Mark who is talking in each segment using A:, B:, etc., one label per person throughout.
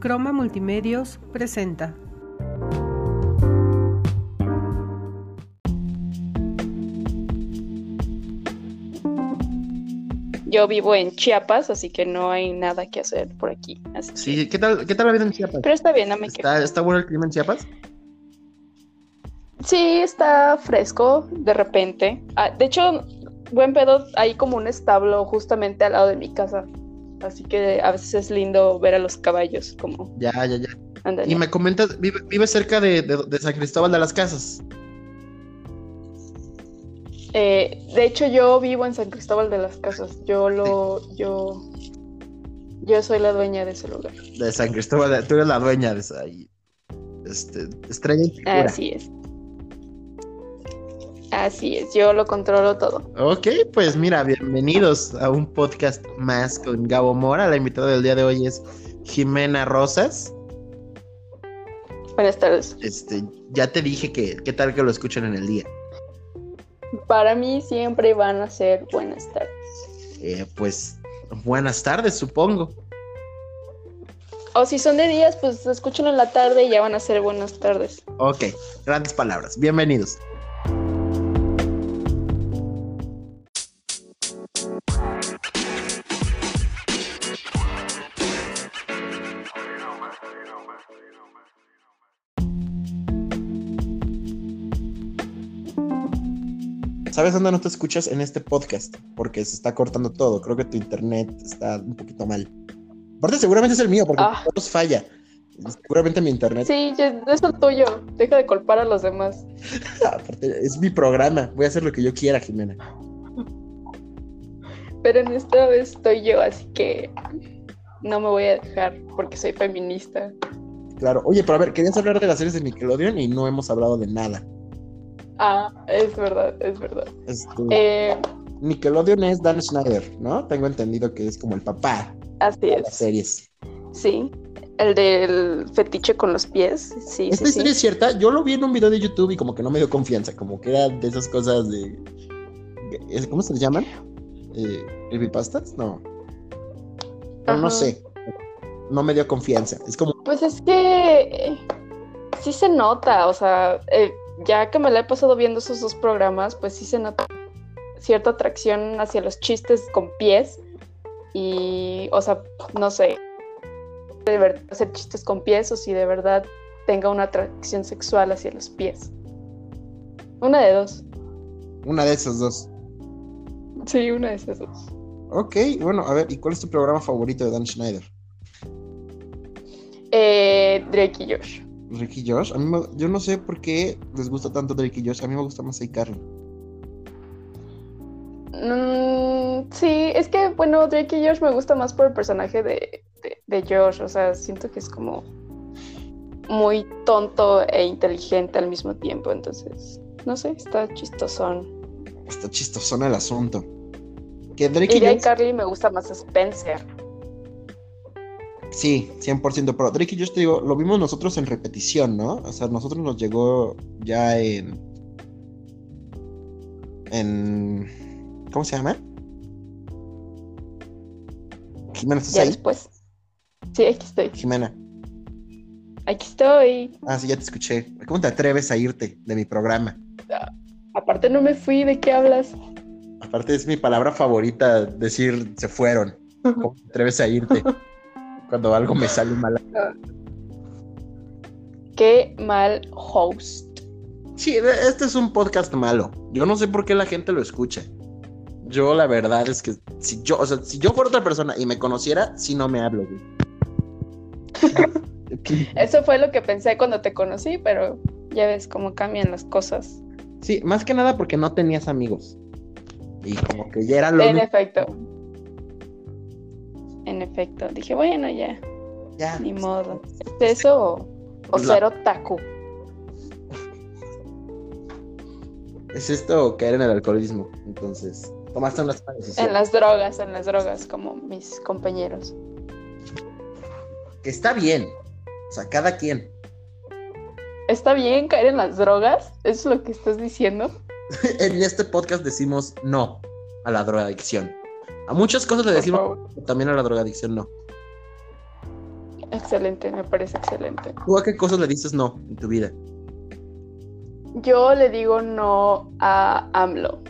A: Croma Multimedios presenta.
B: Yo vivo en Chiapas, así que no hay nada que hacer por aquí. así que-
C: Sí, ¿qué tal, qué tal la vida en Chiapas?
B: Pero está bien, no me quejo.
C: ¿Está, ¿Está bueno el clima en Chiapas?
B: Sí, está fresco de repente. Ah, de hecho, buen pedo, hay como un establo justamente al lado de mi casa. Así que a veces es lindo ver a los caballos como
C: Ya, ya, ya.
B: andan.
C: Y me comentas, vive, vive cerca de, de- de San Cristóbal de las Casas.
B: Eh, de hecho, yo vivo en San Cristóbal de las Casas. Yo lo, yo, yo soy la dueña de ese lugar.
C: De San Cristóbal, de- tú eres la dueña de esa. y, este, estrella y figura.
B: Así es. Así es, yo lo controlo todo.
C: Ok, pues mira, bienvenidos a un podcast más con Gabo Mora. La invitada del día de hoy es Jimena Rosas.
B: Buenas tardes.
C: Este, ya te dije que qué tal que lo escuchen en el día.
B: Para mí siempre van a ser buenas tardes.
C: Eh, pues buenas tardes, supongo.
B: O si son de días, pues escúchenlo en la tarde y ya van a ser buenas tardes.
C: Ok, grandes palabras. Bienvenidos. ¿Sabes dónde no te escuchas en este podcast? Porque se está cortando todo. Creo que tu internet está un poquito mal. Aparte, seguramente es el mío, porque
B: Ah.
C: todos falla. Seguramente mi internet
B: Sí, ya- es lo tuyo. Deja de culpar a los demás.
C: Aparte, es mi programa. Voy a hacer lo que yo quiera, Jimena.
B: Pero en esta vez estoy yo, así que no me voy a dejar porque soy feminista.
C: Claro. Oye, pero a ver, querías hablar de las series de Nickelodeon y no hemos hablado de nada.
B: Ah, es verdad, es verdad.
C: Este,
B: Eh,
C: Nickelodeon es Dan Schneider, ¿no? Tengo entendido que es como el papá
B: así
C: de las
B: es.
C: series.
B: Sí. El del fetiche con los pies. Sí, sí,
C: Esta
B: sí.
C: historia es cierta. Yo lo vi en un video de YouTube y como que no me dio confianza. Como que era de esas cosas de. de- ¿Cómo se les llaman? Eh, ¿Creepypastas? No. Pero
B: Ajá.
C: no sé. No me dio confianza. Es como.
B: Pues es que eh, sí se nota, o sea, eh, ya que me la he pasado viendo esos dos programas, pues sí se nota cierta atracción hacia los chistes con pies y, o sea, no sé, de verdad hacer chistes con pies o si de verdad tenga una atracción sexual hacia los pies. Una de dos.
C: Una de esas dos.
B: Sí, una de esas dos.
C: Ok, bueno, a ver, ¿y cuál es tu programa favorito de Dan Schneider?
B: Eh, Drake y Josh.
C: Drake y Josh. A mí me- yo no sé por qué les gusta tanto Drake y Josh. A mí me gusta más iCarly.
B: Mm, sí, es que, bueno, Drake y Josh me gusta más por el personaje de, de, de Josh. O sea, siento que es como muy tonto e inteligente al mismo tiempo. Entonces, no sé, está chistosón.
C: Está chistosona el asunto. Que Drake
B: Y
C: y,
B: de
C: Josh.
B: Carly me gusta más Spencer.
C: Sí, 100%. Pero Drake y Josh, te digo, lo vimos nosotros en repetición, ¿no? O sea, nosotros nos llegó ya en. En. ¿Cómo se llama? Jimena, ¿estás
B: Ya
C: ahí?
B: después. Sí, aquí estoy.
C: Jimena.
B: Aquí estoy.
C: Ah, sí, ya te escuché. ¿Cómo te atreves a irte de mi programa?
B: Aparte, no me fui. ¿De qué hablas?
C: Aparte es mi palabra favorita, decir se fueron. ¿Cómo te atreves a irte? Cuando algo me sale mal.
B: Qué mal host.
C: Sí, este es un podcast malo. Yo no sé por qué la gente lo escucha. Yo la verdad es que si yo, o sea, si yo fuera otra persona y me conociera, sí no me hablo, güey.
B: Eso fue lo que pensé cuando te conocí, pero ya ves cómo cambian las cosas.
C: Sí, más que nada porque no tenías amigos. Y como que ya era lo
B: En
C: único-
B: efecto. En efecto. Dije, bueno, ya,
C: ya.
B: ni modo. ¿Es eso o, o
C: Pues la-
B: ser otaku?
C: pues, Es esto o caer en el alcoholismo. Entonces, tomaste unas malas decisiones.
B: En las drogas, en las drogas, como mis compañeros.
C: que está bien. O sea, cada quien.
B: ¿Está bien caer en las drogas? ¿Eso es lo que estás diciendo?
C: En este podcast decimos no a la drogadicción. A muchas cosas le
B: Por
C: decimos,
B: favor.
C: pero también a la drogadicción no.
B: Excelente, me parece excelente.
C: ¿Tú a qué cosas le dices no en tu vida?
B: Yo le digo no a AMLO.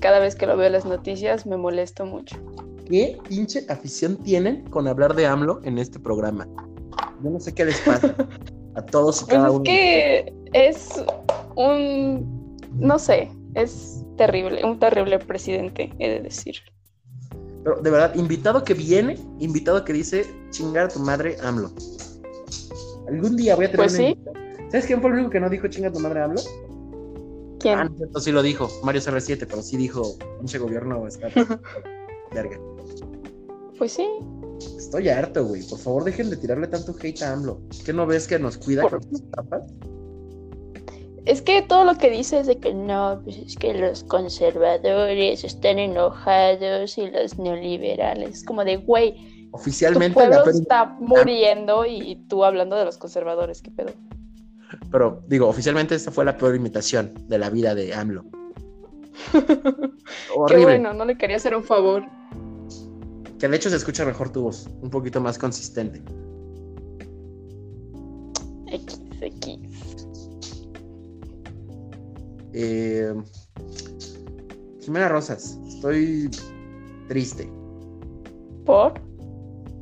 B: Cada vez que lo veo en las noticias me molesto mucho.
C: ¿Qué pinche afición tienen con hablar de AMLO en este programa? Yo no sé qué les pasa a todos y
B: Pues
C: cada
B: es
C: uno.
B: que es un, no sé, es terrible, un terrible presidente, he de decir.
C: Pero de verdad, invitado que viene, invitado que dice chingar a tu madre AMLO. Algún día voy a tener
B: Pues
C: una
B: sí.
C: invitado. ¿Sabes quién fue el único que no dijo chinga a tu madre AMLO?
B: ¿Quién?
C: Ah, no, es cierto, sí lo dijo, Mario CR7, pero sí dijo, pinche gobierno está. Verga.
B: Pues sí,
C: Estoy harto, güey. Por favor, dejen de tirarle tanto hate a AMLO. ¿Qué no ves que nos cuida
B: Por-
C: con sus tapas?
B: Es que todo lo que dice es de que no, pues es que los conservadores están enojados y los neoliberales. Es como de, güey, tu
C: Oficialmente
B: pueblo
C: la prensa-
B: está muriendo y tú hablando de los conservadores, qué pedo.
C: Pero digo, oficialmente esta fue la peor imitación de la vida de AMLO.
B: Qué
C: Horrible.
B: bueno, no le quería hacer un favor.
C: Que de hecho se escucha mejor tu voz, un poquito más consistente.
B: X, X.
C: Eh, Jimena Rosas, estoy triste
B: ¿Por?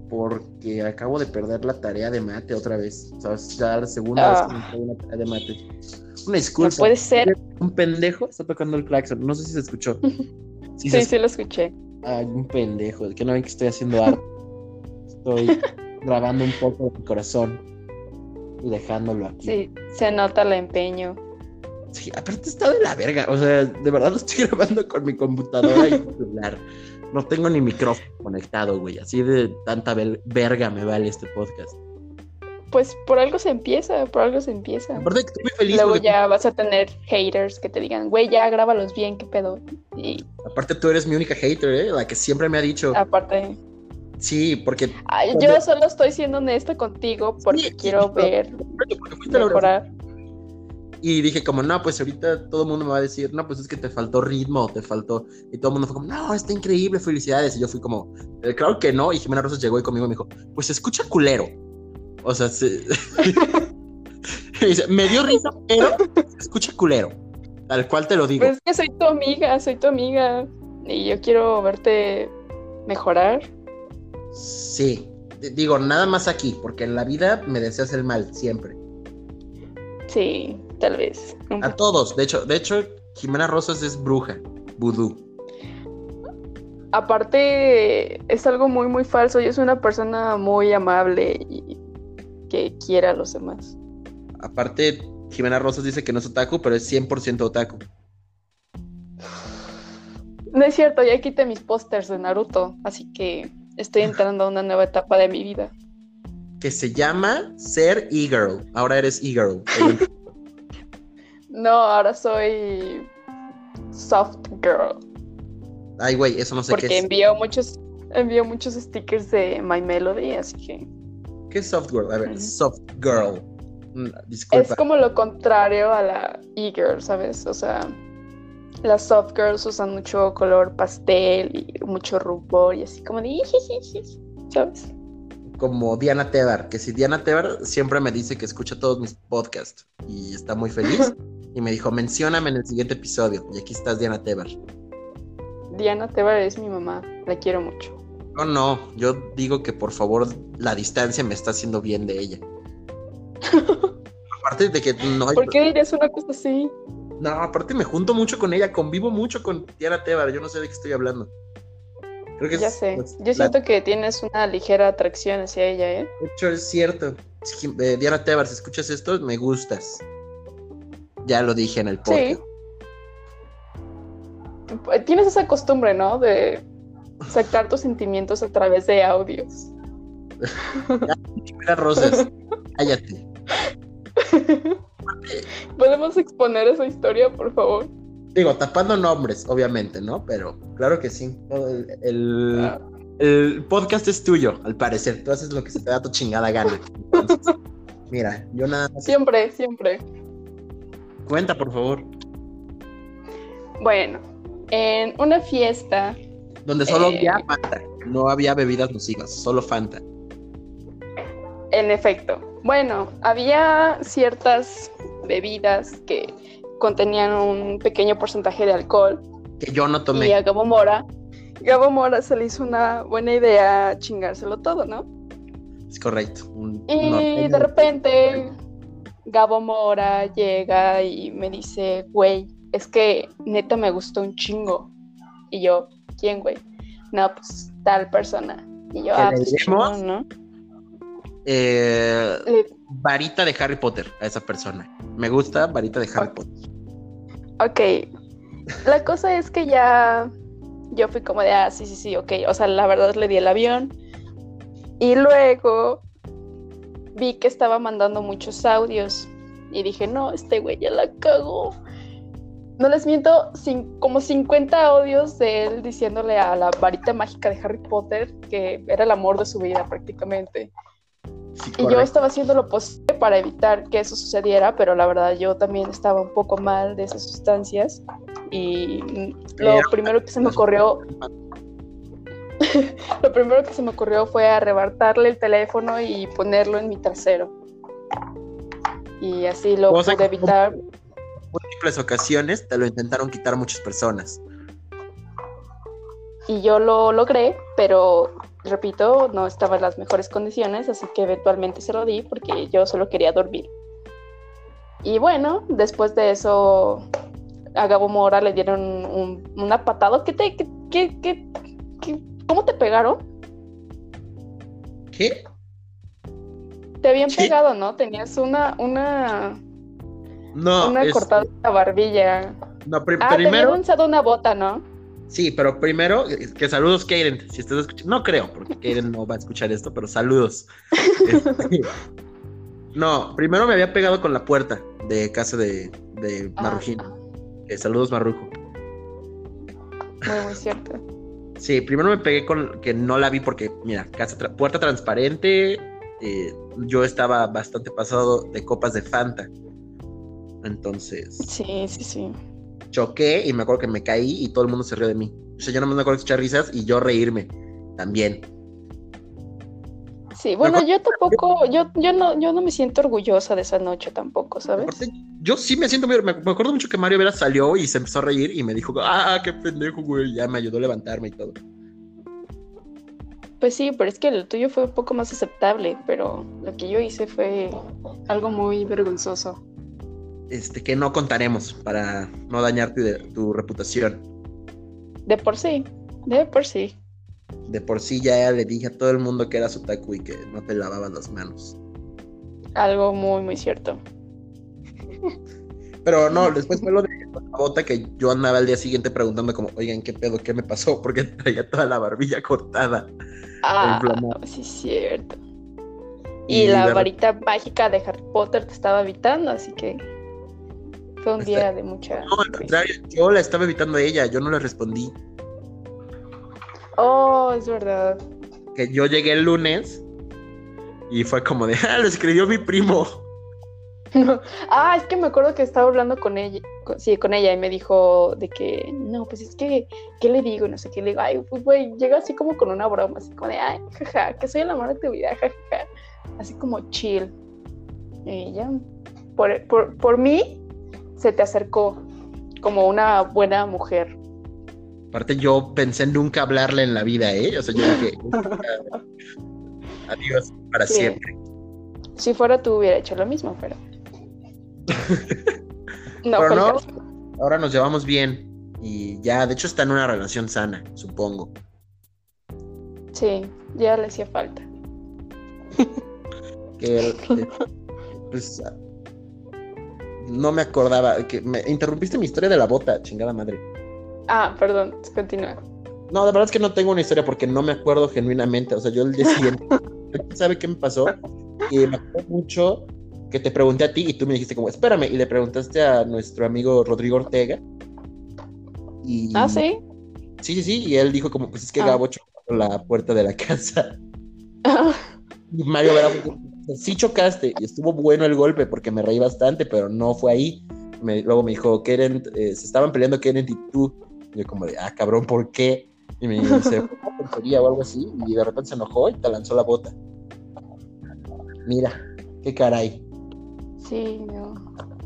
C: porque acabo de perder la tarea de mate otra vez. O sea, es ya la segunda
B: Ah.
C: vez que me traigo una tarea de mate. Una
B: No
C: disculpa.
B: puede ser.
C: Un pendejo está tocando el claxon. No sé si se escuchó. Si se
B: Sí, sí lo escuché.
C: Ay, un pendejo, es que no ven que estoy haciendo arte. Estoy grabando un poco de mi corazón y dejándolo aquí.
B: Sí, se nota el empeño.
C: Sí, aparte está de la verga, o sea, de verdad lo estoy grabando con mi computadora y celular. No tengo ni micrófono conectado, güey. Así de tanta vel- verga me vale este podcast.
B: Pues por algo se empieza, por algo se empieza.
C: Aparte que estoy muy feliz.
B: Luego
C: porque-
B: ya vas a tener haters que te digan, güey, ya grábalos bien, qué pedo. Y
C: Aparte tú eres mi única hater, ¿eh? La que siempre me ha dicho.
B: Ah. aparte,
C: Sí, porque...
B: Ay,
C: Pues
B: yo
C: de-
B: solo estoy siendo honesta contigo porque
C: Sí,
B: quiero
C: pero-
B: ver
C: porque fuiste la oración
B: mejorar.
C: Y dije como, no, pues ahorita todo el mundo me va a decir, no, pues es que te faltó ritmo, te faltó... Y todo el mundo fue como, no, está increíble, felicidades. Y yo fui como, "Eh, claro que no. Y Jimena Rosas llegó y conmigo y me dijo, pues se escucha culero. O sea, se- y dice, me dio risa, pero se escucha culero. Tal cual te lo digo.
B: Pues es que soy tu amiga, soy tu amiga y yo quiero verte mejorar.
C: Sí. D- Digo, nada más aquí, porque en la vida me deseas el mal, siempre.
B: Sí, tal vez. Un
C: A todos. De hecho, de hecho Jimena Rosas es bruja, vudú.
B: po- Aparte, es algo muy, muy falso. Yo soy una persona muy amable y que quiera a los demás.
C: Aparte, Jimena Rosas dice que no es otaku, pero es 100% otaku.
B: No es cierto, ya quité mis pósters de Naruto, así que estoy entrando a una nueva etapa de mi vida.
C: que se llama ser e-girl. Ahora eres e-girl.
B: No, ahora soy soft girl.
C: Ay, güey, eso no sé
B: porque
C: qué es.
B: envió muchos envió muchos stickers de My Melody, así que
C: ¿Qué es soft girl? A ver,
B: Ujú.
C: soft girl. Mm, Disculpa.
B: es como lo contrario a la e-girl, ¿sabes? O sea, las soft girls usan mucho color pastel y mucho rubor y así como de "Ijijiji", ¿sabes?
C: como Diana Tebar, que si Diana Tebar siempre me dice que escucha todos mis podcasts y está muy feliz. y me dijo, mencióname en el siguiente episodio. Y aquí estás, Diana Tebar.
B: Diana Tebar es mi mamá, la quiero mucho.
C: No, no, yo digo que por favor la distancia me está haciendo bien de ella. Aparte de que no hay...
B: ¿Por qué dirías una cosa así?
C: No, aparte me junto mucho con ella, convivo mucho con Tiara Tebar, yo no sé de qué estoy hablando. Creo que
B: Ya
C: es-
B: sé.
C: pues,
B: Yo
C: la-
B: siento que tienes una ligera atracción hacia ella, ¿eh?
C: de hecho, es cierto. Es que, eh, Diana Tebar, si escuchas esto, me gustas. Ya lo dije en el
B: Sí. eh,
C: podcast.
B: Tienes esa costumbre, ¿no? De sacar tus sentimientos a través de audios.
C: Mira, Rosas, cállate.
B: ¿Podemos exponer esa historia, por favor?
C: Digo, tapando nombres, obviamente, ¿no? Pero claro que sí. Todo El, el-
B: Ah.
C: el podcast es tuyo, al parecer. Tú haces lo que se te da tu chingada gana. Entonces, mira, yo nada más.
B: Siempre, siempre.
C: Cuenta, por favor.
B: Bueno, en una fiesta,
C: Donde solo
B: Eh.
C: había Fanta. No había bebidas nocivas, solo Fanta.
B: En efecto. Bueno, había ciertas bebidas que contenían un pequeño porcentaje de alcohol
C: Que yo no
B: y
C: tomé.
B: a Gabo Mora, Gabo Mora se le hizo una buena idea chingárselo todo, ¿no?
C: Es correcto. un
B: Y
C: norteño.
B: de repente Gabo Mora llega y me dice, güey, es que neta me gustó un chingo. Y yo, ¿quién, güey? No, pues tal persona. Y yo,
C: ¿Que
B: ah,
C: le
B: pues
C: diremos?
B: chingón, ¿no?
C: Eh,
B: Le-
C: varita de Harry Potter a esa persona. Me gusta varita de Harry
B: Ok.
C: Potter.
B: Ok. La cosa es que ya yo fui como de, ah, sí, sí, sí, ok. O sea, la verdad le di el avión. Y luego vi que estaba mandando muchos audios. Y dije, no, este güey ya la cagó. No les miento, cin- como 50 audios de él diciéndole a la varita mágica de Harry Potter que era el amor de su vida prácticamente.
C: Sí,
B: Y yo
C: correcto.
B: estaba haciendo lo posible para evitar que eso sucediera, pero la verdad yo también estaba un poco mal de esas sustancias. Y mm, lo
C: Era-
B: primero que se me ocurrió... lo primero que se me ocurrió fue arrebatarle el teléfono y ponerlo en mi trasero. Y así lo
C: Cosa
B: pude
C: que-
B: evitar.
C: múltiples ocasiones te lo intentaron quitar muchas personas.
B: Y yo lo logré, pero repito, no estaba en las mejores condiciones, así que eventualmente se lo di porque yo solo quería dormir. Y bueno, después de eso, a Gabo Mora le dieron un, una patada. ¿Qué te, qué, qué- qué- qué- ¿Cómo te pegaron?
C: ¿Qué?
B: Te habían
C: Sí.
B: pegado, ¿no? Tenías una, una,
C: No,
B: una
C: es-
B: cortada en la barbilla.
C: no, pri-
B: Ah, te habían
C: primero,
B: lanzado una bota, ¿no?
C: sí, pero primero, eh, que saludos, Kaden. Si estás escuchando, no creo, porque Kaden no va a escuchar esto, pero saludos. Este, no, primero me había pegado con la puerta de casa de, de
B: Ah,
C: Marrujín. Eh, saludos, Marrujo.
B: muy, muy cierto.
C: Sí, primero me pegué con que no la vi porque, mira, casa tra- puerta transparente. eh, yo estaba bastante pasado de copas de Fanta. Entonces.
B: Sí, sí, sí.
C: choqué y me acuerdo que me caí y todo el mundo se rió de mí. O sea, yo nomás me acuerdo escuchar risas y yo reírme también.
B: Sí, bueno, yo tampoco, yo, yo no, yo no me siento orgullosa de esa noche tampoco, ¿sabes?
C: Aparte, yo sí me siento, muy- me, me acuerdo mucho que Mario Vera salió y se empezó a reír y me dijo, ah, qué pendejo, güey, ya me ayudó a levantarme y todo.
B: Pues sí, pero es que el tuyo fue un poco más aceptable, pero lo que yo hice fue algo muy vergonzoso.
C: Este, que no contaremos para no dañarte de, tu reputación.
B: De por sí, de por sí.
C: De por sí ya le dije a todo el mundo que eras otaku y que no te lavabas las manos.
B: Algo muy, muy cierto.
C: Pero no, después fue lo de la bota que yo andaba al día siguiente preguntando como, oigan, ¿qué pedo? ¿Qué me pasó? Porque traía toda la barbilla cortada.
B: Ah,
C: inflamado.
B: sí, cierto. Y, la
C: de
B: varita mágica de Harry Potter te estaba evitando, así que fue un
C: Este-
B: día de mucha.
C: No, al
B: risa.
C: contrario, yo la estaba evitando a ella, yo no le respondí.
B: Oh, es verdad.
C: Que yo llegué el lunes y fue como de, ah, lo escribió mi primo.
B: Ah, es que me acuerdo que estaba hablando con ella, con- sí, con ella, y me dijo de que, no, pues es que, ¿qué le digo? Y no sé qué, le digo, ay, pues güey, llega así como con una broma, así como de, ay, jaja, que soy el amor de tu vida, jajaja, así como chill. Y ya, por, por, por mí, se te acercó como una buena mujer.
C: Aparte, yo pensé en nunca hablarle en la vida, ¿eh? O sea, yo dije, adiós para
B: Sí.
C: siempre.
B: Si fuera tú, hubiera hecho lo mismo, pero... No,
C: Pero
B: fue el
C: no.
B: caso.
C: Ahora nos llevamos bien y ya, de hecho, está en una relación sana, supongo.
B: sí, ya le hacía falta.
C: Que, que- pues, ah, no me acordaba, que me interrumpiste mi historia de la bota, chingada madre.
B: Ah, perdón, continúa.
C: No, la verdad es que no tengo una historia porque no me acuerdo genuinamente. O sea, yo el día siguiente, ¿quién sabe qué me pasó? Y me acuerdo mucho que te pregunté a ti y tú me dijiste como, espérame, y le preguntaste a nuestro amigo Rodrigo Ortega. Y,
B: Ah, sí.
C: Sí, sí, sí, y él dijo como, pues es que
B: Ah.
C: Gabo chocó con la puerta de la casa. Y Mario Vera fue como, sí chocaste, y estuvo bueno el golpe porque me reí bastante, pero no fue ahí. Me- luego me dijo, Keren, eh, se estaban peleando Keren y tú. Y yo como de, ah, cabrón, ¿por qué? Y me dice, "Fue una tontería o algo así, y de repente se enojó y te lanzó la bota. Mira, qué caray.
B: Sí, no.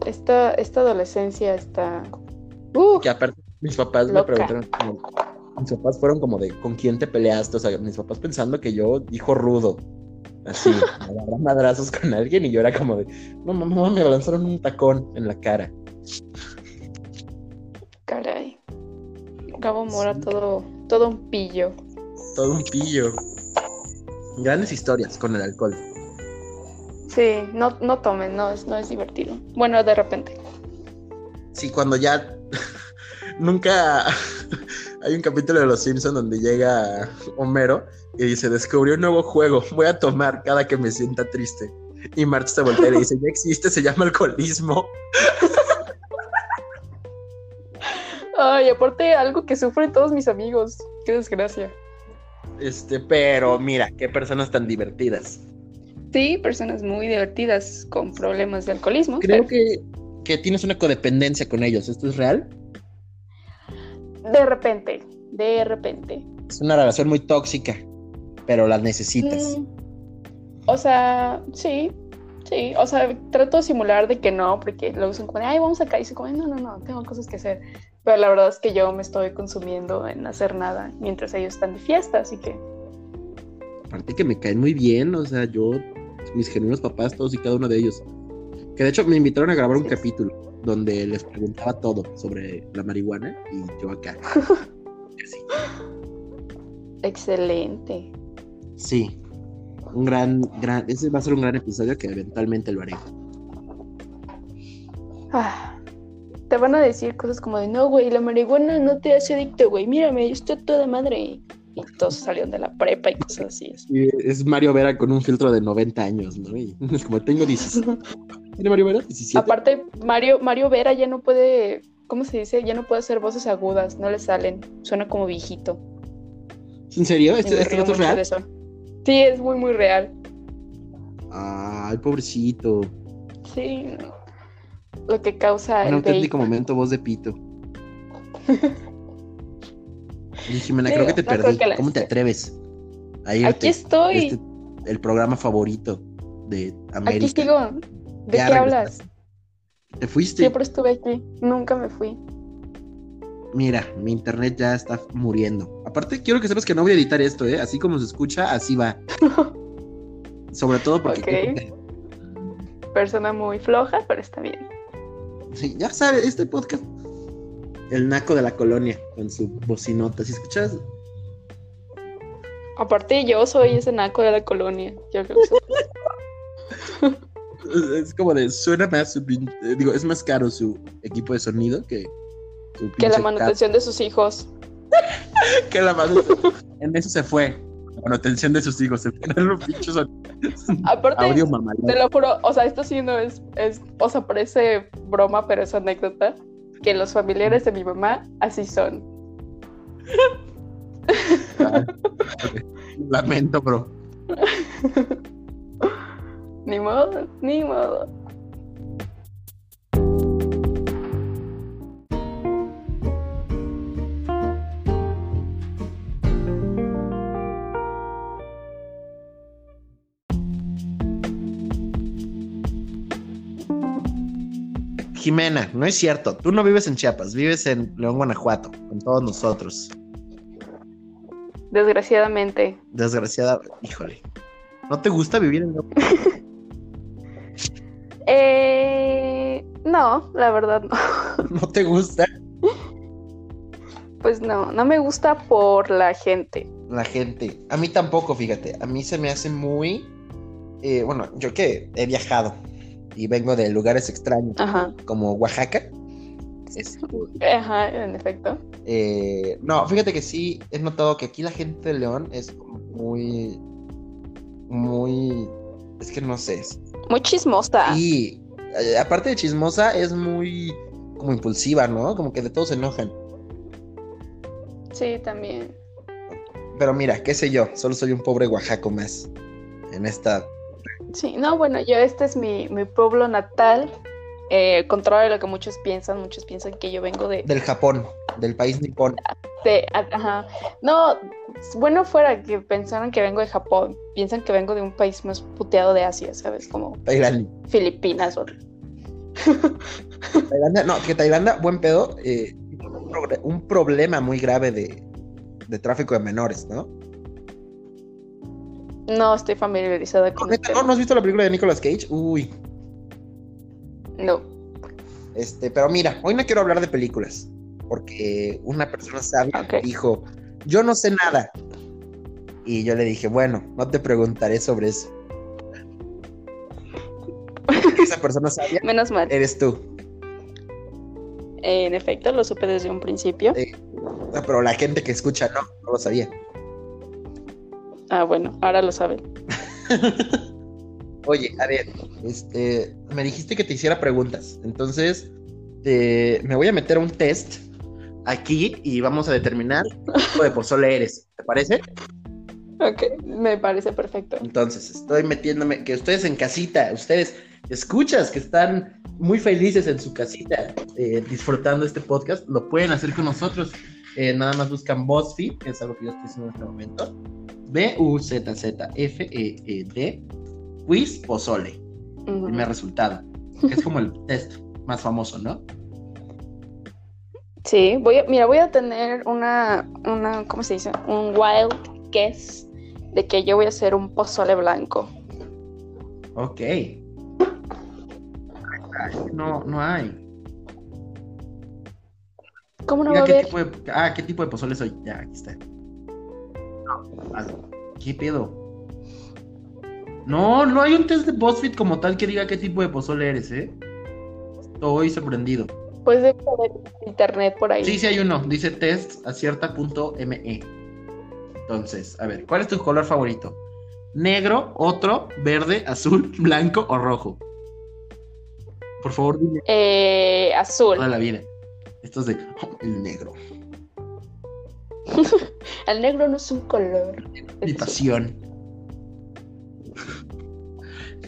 B: Esta, esta adolescencia está. ¡Uh!
C: Que aparte, mis papás me
B: Loca.
C: preguntaron. como- mis papás fueron como de, ¿con quién te peleaste? O sea, mis papás pensando que yo, hijo rudo, así, me agarraba madrazos con alguien y yo era como de, no, mamá, me lanzaron un tacón en la cara.
B: Caray. Gabo Mora,
C: Sí.
B: todo, todo un pillo.
C: Todo un pillo. Grandes historias con el alcohol.
B: Sí, no, no tomen, no es, no es divertido. Bueno, de repente.
C: Sí, cuando ya nunca hay un capítulo de Los Simpsons donde llega Homero y dice, descubrió un nuevo juego, voy a tomar cada que me sienta triste. Y March se voltea y le dice, ya existe, se llama alcoholismo.
B: Ay, aparte algo que sufren todos mis amigos. Qué desgracia.
C: Este, pero mira, qué personas tan divertidas.
B: Sí, personas muy divertidas con problemas de alcoholismo.
C: Creo que, que tienes una codependencia con ellos, ¿esto es real?
B: De repente, de repente.
C: Es una relación muy tóxica, pero las necesitas.
B: Mm, O sea, sí, sí. O sea, trato de simular de que no, porque luego son como, de, ay, vamos acá. Y soy como, no, no, no, tengo cosas que hacer. Pero la verdad es que yo me estoy consumiendo en hacer nada mientras ellos están de fiesta, así que
C: Aparte que me caen muy bien, o sea, yo, mis genuinos papás, todos y cada uno de ellos. Que de hecho me invitaron a grabar un
B: Sí.
C: capítulo donde les preguntaba todo sobre la marihuana y yo acá. Así.
B: excelente.
C: Sí. Un gran, gran, ese va a ser un gran episodio que eventualmente lo haré.
B: Ah, te van a decir cosas como de, no, güey, la marihuana no te hace adicto, güey. Mírame, yo estoy toda madre. Y todos salieron de la prepa y cosas así.
C: Y es Mario Vera con un filtro de 90 años, ¿no? Y es como tengo 17. ¿Tiene Mario Vera? 17.
B: Aparte, Mario, Mario Vera ya no puede, ¿cómo se dice? Ya no puede hacer voces agudas, no le salen. Suena como viejito.
C: ¿En serio? ¿Este,
B: Y me
C: este
B: río
C: dato es
B: mucho de
C: real?
B: eso. Sí, es muy, muy real.
C: Ay, pobrecito.
B: Sí. no. Lo que causa
C: Un
B: el vape.
C: auténtico momento, voz de pito. Y Jimena,
B: Sí,
C: creo que te
B: no creo
C: perdí.
B: que la-
C: ¿Cómo te atreves a irte?
B: Aquí estoy,
C: Este- el programa favorito de América.
B: aquí sigo. ¿De
C: Ya
B: qué
C: regresaste.
B: hablas?
C: Te fuiste.
B: Siempre estuve aquí, nunca me fui.
C: Mira, mi internet ya está muriendo. Aparte, quiero que sepas que no voy a editar esto, ¿eh? Así como se escucha, así va. Sobre todo porque...
B: Ok. Persona muy floja, pero está bien.
C: Sí, ya sabes, este podcast... El naco de la colonia, con su bocinota. Si escuchas,
B: Aparte, yo soy ese naco de la colonia. Yo creo que soy-
C: Es como de, suena más, su pin- eh, digo, es más caro su equipo de sonido que su
B: que la
C: pinche
B: manutención de sus hijos.
C: ca- que la manutención. en eso se fue. La manutención de sus hijos, se fueron los pinches son-
B: Aparte,
C: audio mamalón.
B: Te lo juro, o sea, esto sí no es, es, o sea, parece broma, pero es anécdota, que los familiares de mi mamá así son.
C: Ah, ok. Lamento, bro.
B: Ni modo, ni modo.
C: Jimena, no es cierto. Tú no vives en Chiapas, vives en León, Guanajuato, con todos nosotros.
B: Desgraciadamente.
C: Desgraciada, híjole. ¿No te gusta vivir en León?
B: Eh, no, la verdad no.
C: ¿No te gusta
B: Pues no, no me gusta por la gente.
C: la gente? A mí tampoco, fíjate. A mí se me hace muy... eh, bueno, yo que he viajado y vengo de lugares extraños,
B: Ajá,
C: como Oaxaca. Este,
B: ajá, en efecto.
C: eh, no, fíjate que sí, he notado que aquí la gente de León es como muy, muy, es que no sé. es-
B: Muy chismosa.
C: Y eh, aparte de chismosa, es muy como impulsiva, ¿no? Como que de todos se enojan.
B: Sí, también.
C: Pero mira, qué sé yo, solo soy un pobre oaxaco más en esta...
B: Sí, no, bueno, yo este es mi, mi pueblo natal. Eh, contrario a lo que muchos piensan, muchos piensan que yo vengo de,
C: del Japón.
D: del país nipón.
B: Te- a- ajá. No, bueno fuera que pensaran que vengo de Japón. Piensan que vengo de un país más puteado de Asia, ¿sabes? Como
D: Tailandia.
B: Filipinas o
D: Tailandia, no, que Tailandia, buen pedo, eh, un progre- un problema muy grave de, de tráfico de menores, ¿no?
B: No estoy familiarizada con el
D: Neta, ¿no?
B: tema.
D: ¿No has visto la película de Nicolas Cage? Uy,
B: No.
D: este, pero mira, hoy no quiero hablar de películas, porque una persona sabia
B: Ok.
D: dijo, yo no sé nada. Y yo le dije, bueno, no te preguntaré sobre eso. Esa persona sabia
B: Menos mal.
D: eres tú,
B: En efecto, lo supe desde un principio.
D: Eh. No, pero la gente que escucha no, no lo sabía.
B: Ah, bueno, ahora lo saben.
D: Oye, a ver, este, me dijiste que te hiciera preguntas, entonces eh, me voy a meter a un test aquí y vamos a determinar qué tipo de pozole eres, ¿te parece?
B: Ok, me parece perfecto.
D: Entonces, estoy metiéndome, que ustedes en casita, ustedes escuchas que están muy felices en su casita eh, disfrutando este podcast, lo pueden hacer con nosotros. Eh, nada más buscan BuzzFeed, que es algo que yo estoy haciendo en este momento. B-U-Z-Z-F-E-E-D, quiz pozole
B: Ujú.
D: primer resultado. que Es como el test más famoso, ¿no?
B: Sí, voy a, mira, voy a tener una, una, ¿cómo se dice? Un wild guess de que yo voy a hacer un pozole blanco.
D: Ok. No, no hay.
B: ¿Cómo no va a
D: Mira qué
B: haber?
D: tipo de, ah, qué tipo de pozole soy. Ya, aquí está. No, ah, ¿qué pedo? No, no hay un test de BuzzFeed como tal que diga qué tipo de pozole eres, ¿eh? Estoy sorprendido.
B: Pues debe haber internet por ahí.
D: Sí, sí hay uno. Dice test acierta.me. E. Entonces, a ver, ¿cuál es tu color favorito? Negro, otro, verde, azul, blanco o rojo. Por favor, dime
B: Eh, azul.
D: toda la vida. Esto es de oh, el negro.
B: El negro no es un color.
D: Mi pasión.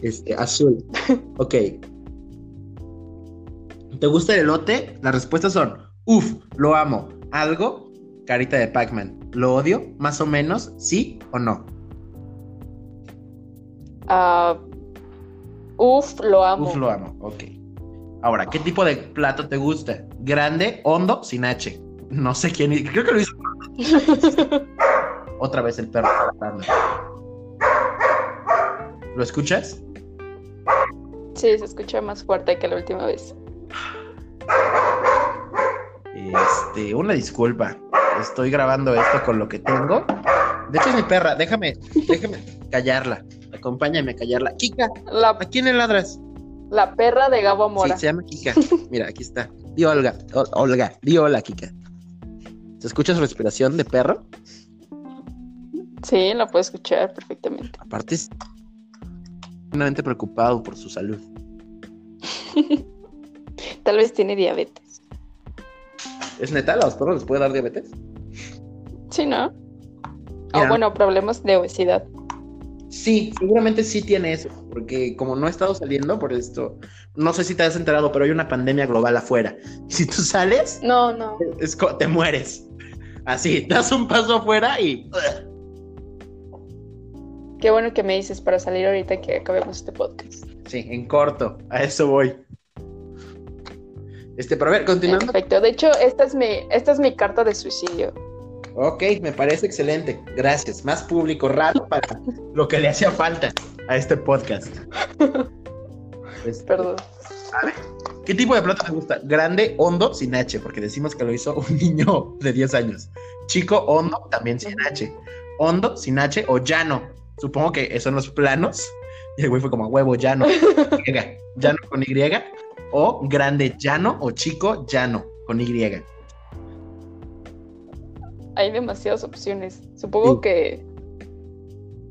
D: Este, azul. Ok. ¿Te gusta el elote? Las respuestas son: Uf, lo amo. Algo, carita de Pac-Man. ¿Lo odio? Más o menos, sí o no.
B: Ah, uf, lo amo.
D: Uf, lo amo. Ok. Ahora, ¿qué tipo de plato te gusta? ¿Grande, hondo, sin H? No sé quién. Creo que lo hizo otra vez el perro. ladrando. ¿Lo escuchas?
B: sí, se escucha más fuerte que la última vez.
D: Este, una disculpa. Estoy grabando esto con lo que tengo. De hecho, es mi perra. Déjame, déjame callarla. Acompáñame a callarla. Kika,
B: La,
D: ¿a quién le ladras?
B: la perra de Gabo Mora.
D: Sí, se llama Kika. Mira, aquí está. Di Olga. Ol- Olga, di hola, Kika. ¿Se escucha su respiración de perro?
B: Sí, la puedo escuchar perfectamente.
D: Aparte, es tremendamente preocupado por su salud.
B: Tal vez tiene diabetes.
D: ¿Es neta? ¿A los perros les puede dar diabetes?
B: Sí, ¿no? O
D: Mira.
B: bueno, problemas de obesidad.
D: Sí, seguramente sí tiene eso, porque como no he estado saliendo por esto, no sé si te has enterado, pero hay una pandemia global afuera. Y si tú sales,
B: No, no.
D: es co- te mueres. Así, das un paso afuera y...
B: Qué bueno que me dices para salir ahorita que acabemos este podcast.
D: Sí, en corto, a eso voy. Este, pero a ver, continuando.
B: Perfecto. De hecho, esta es mi, esta es mi carta de suicidio.
D: Ok, me parece excelente. Gracias. Más público raro para lo que le hacía falta a este podcast. Pues,
B: Perdón.
D: ¿Qué tipo de plato te gusta? Grande, hondo, sin H, porque decimos que lo hizo un niño de 10 años. Chico, hondo, también sin H. Hondo, sin H o llano. Supongo que son los planos. Y el güey fue como "A huevo, llano. Griega. Llano con Y. O grande, llano o chico, llano con Y.
B: Hay demasiadas opciones. Supongo
D: Sí.
B: que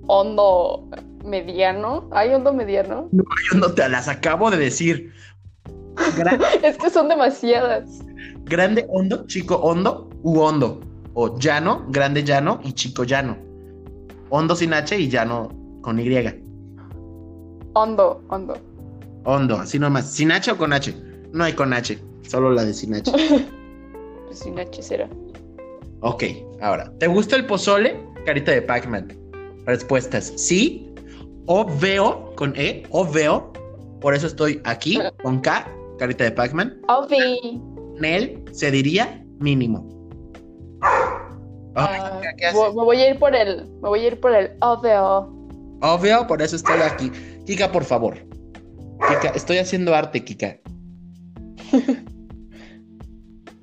B: hondo mediano. ¿Hay hondo mediano?
D: Yo no te las acabo de decir. Gran-
B: Es que son demasiadas.
D: grande hondo, chico hondo u hondo. O llano, grande llano y chico llano. Hondo sin H y llano con Y.
B: Hondo, hondo.
D: Hondo, así nomás. ¿Sin H o con H? No hay con H, solo la de sin H.
B: pues sin hechicera.
D: Ok, ahora. ¿Te gusta el pozole? Carita de Pac-Man. Respuestas: sí, o veo con E, o veo. Por eso estoy aquí con K, carita de Pac-Man.
B: Obi.
D: Nel se diría mínimo. Ay,
B: Ah,
D: ¿qué haces?
B: vo- me voy a ir por el, me voy a ir por el obvio.
D: Obvio, por eso estoy aquí. Kika, por favor. Kika, estoy haciendo arte, Kika.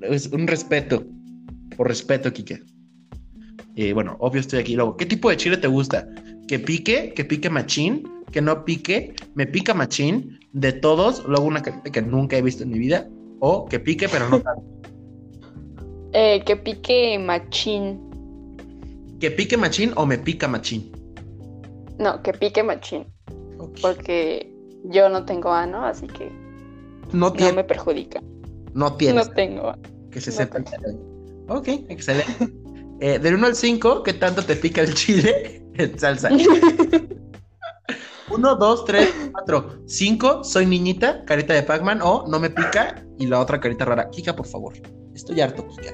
D: es un respeto. Por respeto, Kika. Eh, bueno, obvio estoy aquí. Luego, ¿qué tipo de chile te gusta? Que pique, que pique machín, que no pique, me pica machín, de todos, luego una carita que nunca he visto en mi vida, o que pique, pero no tanto.
B: Eh, que pique machín.
D: que pique machín o me pica machín.
B: No, que pique machín.
D: Ok.
B: Porque yo no tengo ano, así que
D: No
B: no
D: tiene,
B: me perjudica.
D: no
B: No
D: tienes.
B: tengo ano.
D: Que se
B: No
D: sepa.
B: te-
D: Ok, excelente. Eh, del 1 al 5, ¿qué tanto te pica el chile en salsa? 1, 2, 3, 4, 5, soy niñita, carita de Pac-Man, o no me pica, y la otra carita rara. Kika, por favor. Estoy harto, Kika.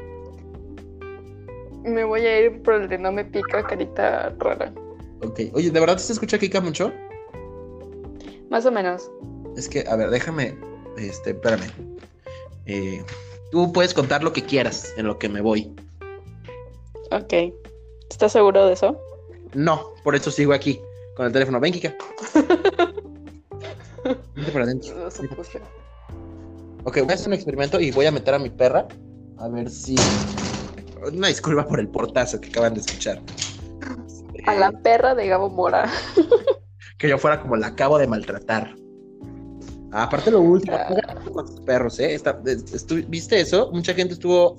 B: Me voy a ir por el de no me pica, carita rara.
D: Ok, oye, ¿de verdad se escucha Kika mucho?
B: Más o menos.
D: Es que, a ver, déjame, este, espérame. Eh, tú puedes contar lo que quieras en lo que me voy.
B: Ok. ¿Estás seguro de eso?
D: No, por eso sigo aquí, con el teléfono. Ven, Kika. Vente para adentro.
B: Lo supuse.
D: Ok, voy a hacer un experimento y voy a meter a mi perra. A ver si. Una disculpa por el portazo que acaban de escuchar.
B: A la
D: Eh,
B: perra de Gabo Mora.
D: Que yo fuera como la acabo de maltratar. Aparte, lo último, juega con sus perros, ¿eh? Esta- es- estu- ¿Viste eso? Mucha gente estuvo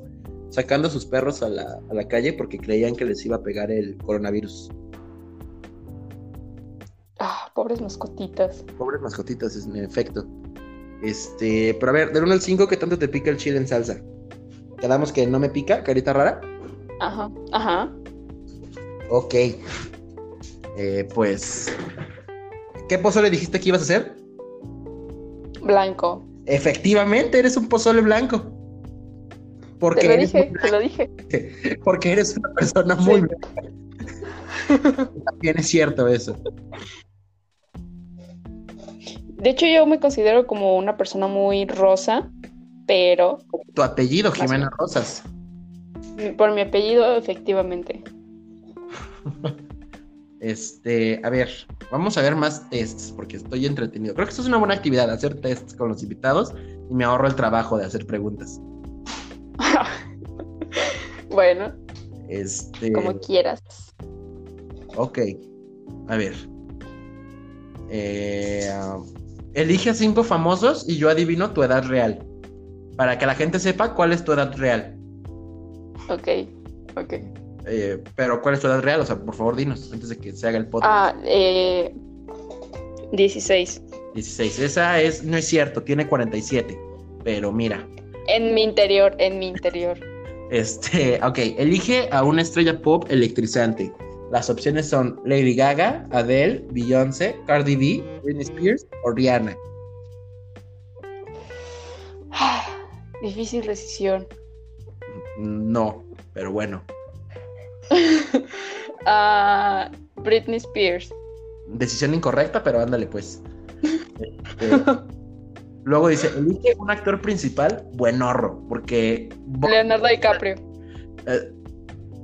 D: sacando a sus perros a la, a la calle porque creían que les iba a pegar el coronavirus.
B: Ah, pobres mascotitas.
D: Pobres mascotitas, es- en efecto. Este, pero a ver, del 1 al 5, ¿qué tanto te pica el chile en salsa? Quedamos que no me pica, carita rara.
B: Ajá. Ajá.
D: Ok. Eh, pues. ¿Qué pozole dijiste que ibas a hacer?
B: Blanco.
D: Efectivamente, eres un pozole blanco. Porque,
B: Te lo
D: eres,
B: dije, te lo dije.
D: porque eres una persona muy
B: Sí.
D: blanca. También es cierto eso.
B: De hecho, yo me considero como una persona muy rosa, pero
D: Tu apellido, Jimena Rosas.
B: por mi apellido, efectivamente.
D: Este, a ver, vamos a ver más tests porque estoy entretenido. Creo que esto es una buena actividad, hacer tests con los invitados y me ahorro el trabajo de hacer preguntas.
B: Bueno,
D: Este,
B: como quieras.
D: Ok. A ver. Eh, ah, elige a cinco famosos y yo adivino tu edad real. Para que la gente sepa cuál es tu edad real.
B: Ok, ok.
D: Eh, pero cuál es tu edad real, o sea, por favor dinos antes de que se haga el podcast.
B: Ah, eh, 16.
D: 16. Esa es, no es cierto, tiene 47. Pero mira.
B: En mi interior, en mi interior.
D: Este, ok, elige a una estrella pop electrizante. Las opciones son Lady Gaga, Adele, Beyoncé, Cardi B, Britney Spears o Rihanna.
B: Ah, Difícil decisión.
D: No, pero bueno.
B: Ah, Britney Spears.
D: Decisión incorrecta, pero ándale pues. Este, luego dice, elige un actor principal buenorro, porque... Bo-
B: Leonardo DiCaprio.
D: eh,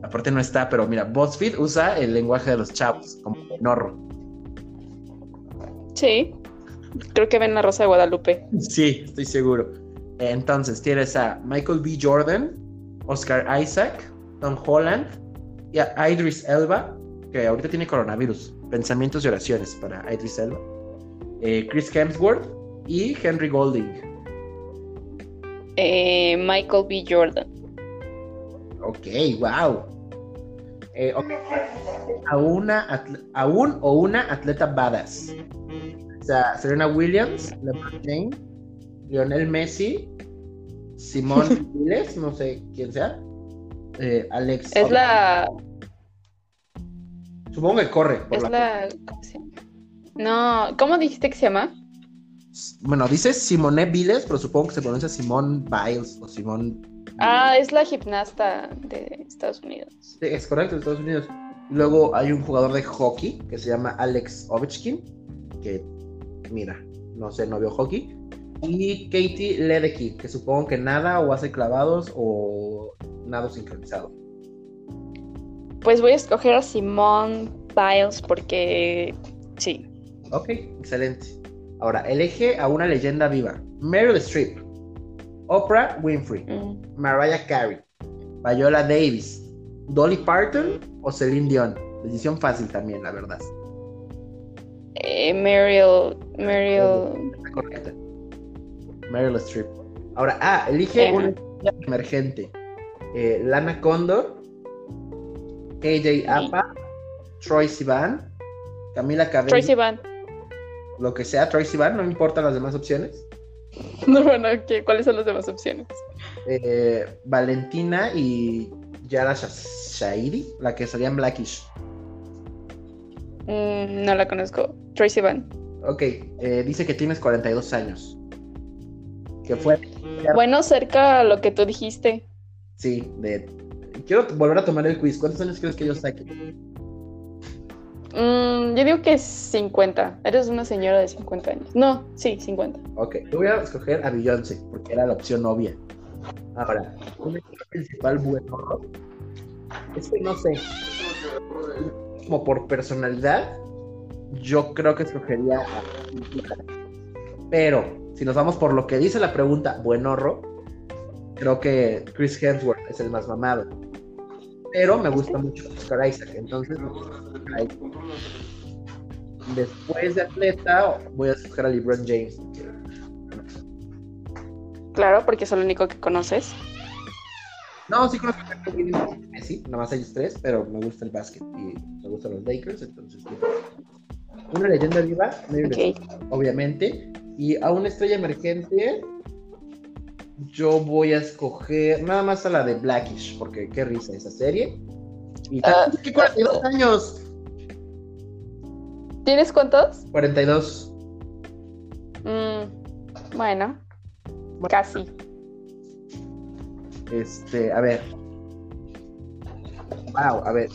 D: aparte no está, pero mira, BuzzFeed usa el lenguaje de los chavos, como buenorro.
B: Sí. Creo que ven la Rosa de Guadalupe.
D: Sí, estoy seguro. Entonces, tienes a Michael B. Jordan, Oscar Isaac, Tom Holland, y a Idris Elba, que ahorita tiene coronavirus. Pensamientos y oraciones para Idris Elba. eh, Chris Hemsworth y Henry Golding.
B: Eh, Michael B. Jordan.
D: Ok, wow. Eh, ok. a, una atle- a un o una atleta badass. O sea, Serena Williams, LeBron James, Lionel Messi, Simón Viles, no sé quién sea. eh, Alex.
B: Es la.
D: Supongo que corre. por
B: Es
D: la-
B: la. ¿Cómo se llama? No, ¿cómo dijiste que se llama?
D: Bueno, dice Simone Viles, pero supongo que se pronuncia Simón Biles o Simón
B: Ah, es la gimnasta de Estados Unidos.
D: Sí, es correcto, de Estados Unidos. Luego hay un jugador de hockey que se llama Alex Ovechkin, que, mira, no sé, no vio hockey. Y Katie Ledecky, que supongo que nada o hace clavados o nado sincronizado.
B: Pues voy a escoger a Simone Biles porque sí.
D: Ok, excelente. Ahora, elige a una leyenda viva. Meryl Streep, Oprah Winfrey,
B: Mm.
D: Mariah Carey, Viola Davis, Dolly Parton o Celine Dion. Decisión fácil también, la verdad.
B: Eh, Meryl, Meryl.
D: Está correcta. Meryl Streep. Ahora, ah, elige
B: Ajá.
D: una estrella emergente. Eh, Lana Condor, AJ Apa, Troy Sivan, Camila Cabello,
B: Tracy Van.
D: lo que sea Troy Sivan, no me importan las demás opciones.
B: No, bueno, ¿qué? ¿cuáles son las demás opciones?
D: Eh, Valentina y Yara Shas- Shairi, la que salía en Blackish.
B: Mm, no la conozco. Tracy Van.
D: Ok, eh, dice que tienes 42 años. Que fue,
B: Bueno, cerca a lo que tú dijiste.
D: sí, de... Quiero volver a tomar el quiz. ¿Cuántos años crees que yo saque?
B: Mm, yo digo que es 50. Eres una señora de 50 años. No, sí, 50.
D: Ok, yo voy a escoger a Beyoncé, porque era la opción obvia. Ahora, un error principal bueno es que no sé. Como por personalidad, yo creo que escogería a Pero, si nos vamos por lo que dice la pregunta, buen horror, creo que Chris Hemsworth es el más mamado. Pero me gusta mucho Oscar Isaac, entonces. ahí. Después de atleta, voy a escoger a LeBron James.
B: Claro, porque es el único que conoces.
D: No, sí conozco a Kevin Messi, nada más ellos tres, pero me gusta el básquet y me gustan los Lakers, entonces sí. Una leyenda viva, Meryl
B: Ok.
D: Streep, obviamente, y a una estrella emergente yo voy a escoger nada más a la de Blackish, porque qué risa esa serie. Y
B: Ah,
D: también, ¿qué 42 años?
B: ¿Tienes cuántos?
D: 42.
B: Mm, bueno, casi.
D: Este, a ver. Wow, a ver.